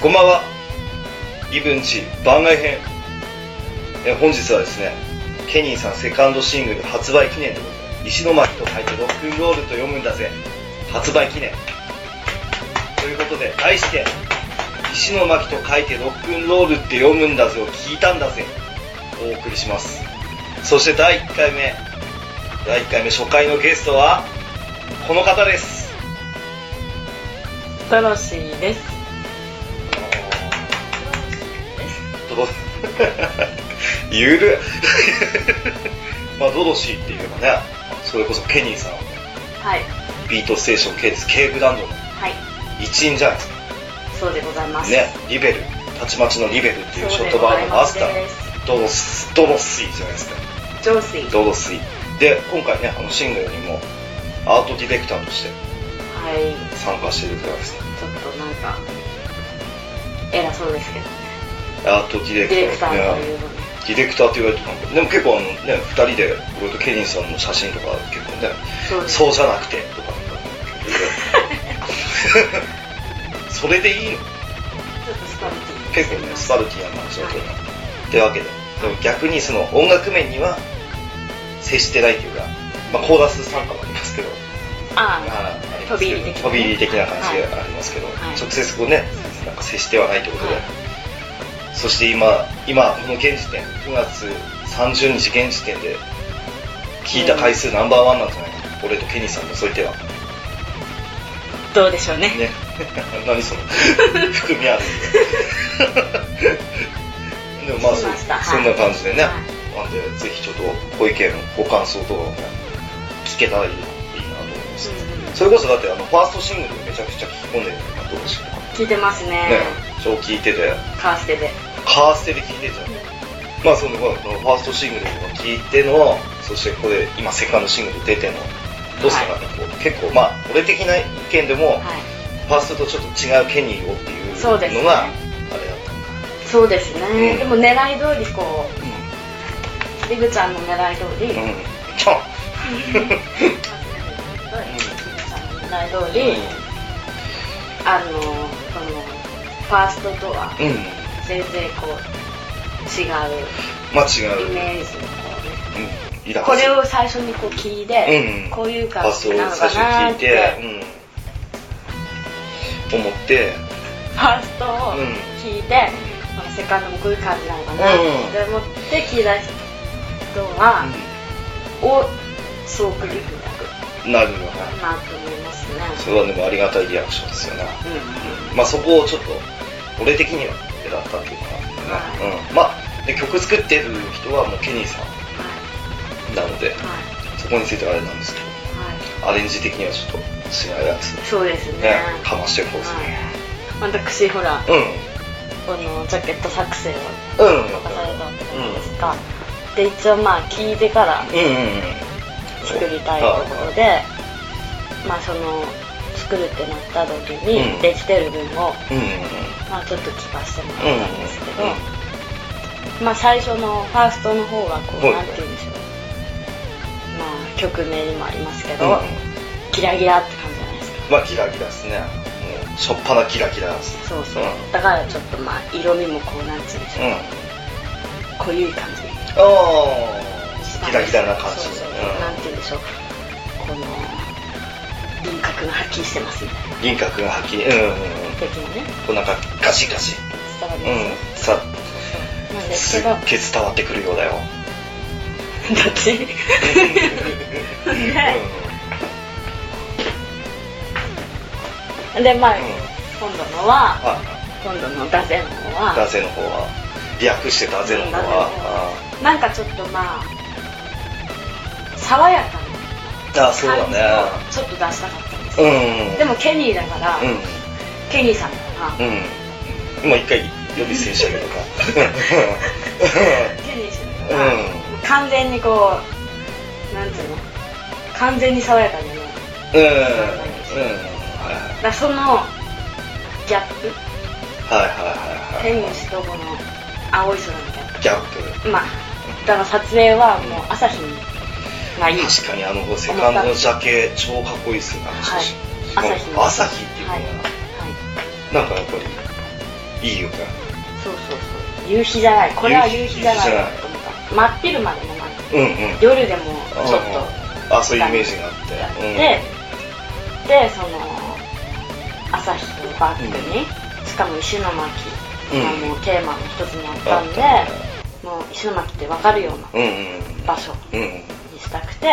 こんばんは。イブンチ番外編。え本日はですね、ケニーさんセカンドシングル発売記念ということで、石巻と書いてロックンロールと読むんだぜ。発売記念。ということで、題して、石巻と書いてロックンロールって読むんだぜを聞いたんだぜ。お送りします。そして第1回目、第1回目初回のゲストは、この方です。トロシーです。ドロ ゆるまあドロシーって言えばねそれこそケニーさんはい。ビートステーション系 K ブランドのはい。一員じゃないですかそうでございます。ねリベルたちまちのリベルってそういうでショございます。ートバーのマスターー。ドロスドロシーじゃないですかジョーシー。はドロシーで今回ねあのシングルにもアートディレクターとしてい。参加してるじゃないですかちょっとなんか、偉そうですけど、アートディレディレククタターーとねいうのね。ディレクターって言われてなんかでも結構あのね2人で俺とケニーさんの写真とか結構ねそうです。そうじゃなくてとかそれでいいのちょっとスパルティ。結構ねスパルティな話だと思うってわけででも逆にその音楽面には接してないというか、まあ、コーラス参加もありますけどああーありますけど飛び入り的な飛び入り的な感じがありますけど、はい直接こうねなんか接してはないということで、はいそして今今この現時点9月30日現時点で聞いた回数ナンバーワンなんじゃないか、俺とケニーさんのそういてはあ、どうでしょうね。ね、 何その含みある んででもまあしそましたはいそんな感じでね、はなんでぜひちょっとご意見ご感想とかもね聞けたらいいないいなと思います、うんうんそれこそだってあのファーストシングルめちゃくちゃ聞き込んでるからどうしようかね聞いてますね。そう聞いててカーステで。カーステで聞いてるじゃんまあそのこのファーストシングルとか聞いてのそしてここで今セカンドシングル出てのどうすかな、こう結構まあ俺的な意見でも、はい。ファーストとちょっと違うケニーをっていうそうですのねがあれだったのかそうですうんね。でも狙い通り、こう、リブちゃんの狙い通り、うんリうんちょブちゃんの狙い通うり、んあのこのファーストとはうん全然こう違うまあ違うイメージのこうねうんいらんこれを最初にこう聞いて、うんこういうファー感スじトをなの最か初なに聞っいてて、うん、思ってファーストをうん聞いて、このセカンドもこういう感じなのかなって思って聞いた人は、おすごくリフうんなるよねだなと思いますねそれはでもありがたいリアクションですよね、うんうんまあそこをちょっと俺的には選ったっていうか、うん、まあで曲作ってる人はもうケニーさんはなのでいはいそこについてはあれなんですけはいどアレンジ的にはちょっと違うやつそうですねね、かましてる方ですね。はい、私ほらうん。このジャケット作成をうん。うん。任されたわけじゃないですか、で一応まあ聞いてからうんうんうん。作りたいところでまあその作るってなった時に、うんできてる分をうんうんまあちょっと聞かせてもらうん。うん。ったんですけど、まあ最初のファーストの方はこう、はいなんて言うんでしょうまあ曲名にもありますけうど、ん。ギラギラって感じじゃないですかまあギラギラですね。もうしょっぱなギラギラです。そうそう、うんだからちょっとまあ色味もこうなんて言うんでしうょう、ん。濃ゆい感じああ。ギラギラな感じ。そうそううなんんて言うんでしょうこの輪郭がはっきりしてますみたいな輪郭がはっきり。うんうんうん。的なねこうなんかガシガシ。伝わりうまん。さ、すよ、そうなんですすけっどどっげえ伝わってくるようだよ。ちで でまあ、うん今度のはあ、今度のダゼの方ダはゼの方は。略してダゼの方は。なんかちょっとまあ爽やかああ、なそうだ感ね。じをちょっと出したかったんですうよ、ん。でもケニーだから、うん。ケニーさんだかうら、ん。もう一回呼び捨てにしたけどか。ケニーうさんだから、完全にこうなんていうの完全に爽やかじゃん。うないん。うん。はいだからそのギャップはいはいはい天狗とこの青い空のギャッはい。ギャップ。プまあだから撮影はもう朝日がいい確かにあのセカンドのジャケ超かっこいいっすよね。あの写真はい朝日朝日っていうのは、はいなんかやっぱりいいよねそうそうそう夕日じゃないこれは夕日じゃない夕日と思った待ってるまでも待ってうんうん夜でもちょっとあそういうイメージがあってやって、うんでその朝日のバックに、しかも石巻がうんもうテーマの一つにあったあんっで、たねもう石巻って分かるようなうん場所うんうんにしたくて、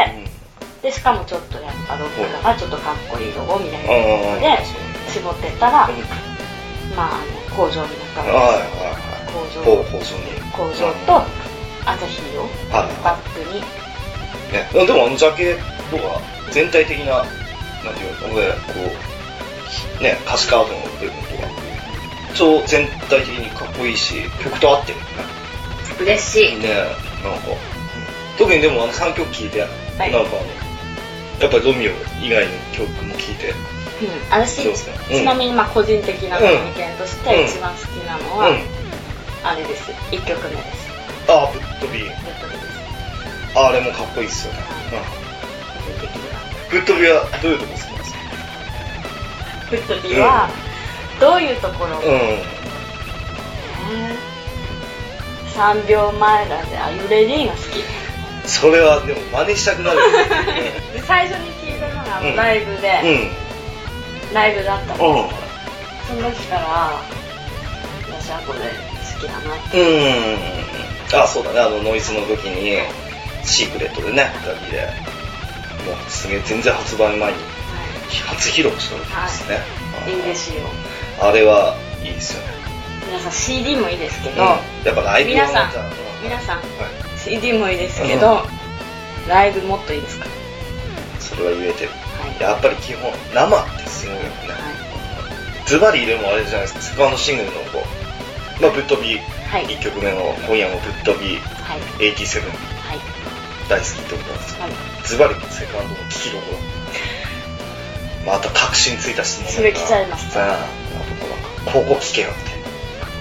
でしかもちょっとやっぱロックだからちょっとかっこいいロゴみたいなので絞ってったら、まああの工場になったはいわはいけですはいほ工場うほうそうね工場はと朝日をいバはックいにねでもあのジャケットが全体的ななんていうのこれこうね歌詞カードの部分とか超全体的にかっこいいし曲と合ってるよね嬉しい、ねなんか特にでもあの3曲聴いて、いなんかあのやっぱりロミオ以外の曲も聴いてうん、そ私うちですかうんちなみにまあ個人的なうん意見として一番好きなのは、うんあれです1曲目ですああぶっ飛びぶっ飛びですあれもかっこいいっすよね、個人的にはうん、ぶっ飛びはどういうとこ好きなんですかぶっ飛びは、どういうところうん3秒前だぜあゆレディーが好それはでも真似したくなるよ ねきで最初に聞いたのがあうんのライブで、ライブだったうんのその時から私はこれ好きだなってうんあそうだねあのノイズの時にシークレットでね2人でもうすげえ全然発売前に初披露した時ですね、はいいいですよあれはいいですよね皆さん CD もいいですけど、やっぱライブ用のじゃん皆さんはい CD もいいですけど、ライブもっといいですかそれは言えてるはいやっぱり基本生ってすごいよねズバリでもあれじゃないですかセカンドシングルのこう、まあ、ぶっ飛びはいはい1曲目の「今夜もぶっ飛びはい87はい」大好きってことなんですけはいどズバリのセカンドの聴きどころまた確信ついた質問それ来ちゃいましあたあここ聞けよって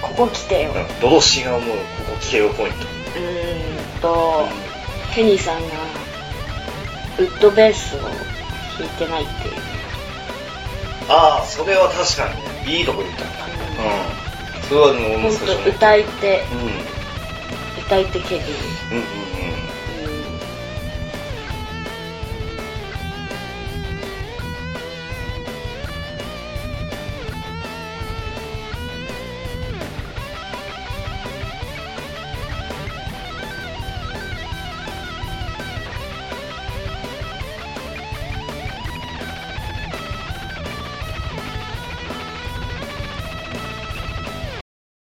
ここ来てよううんドロシーが思うここ聞けよポイントーんとケニーさんがウッドベースを弾いてないっていうああそれは確かにねいいとこ言ったんだうんそれはでも本難しい当歌い手うん歌い手ケニーうんうん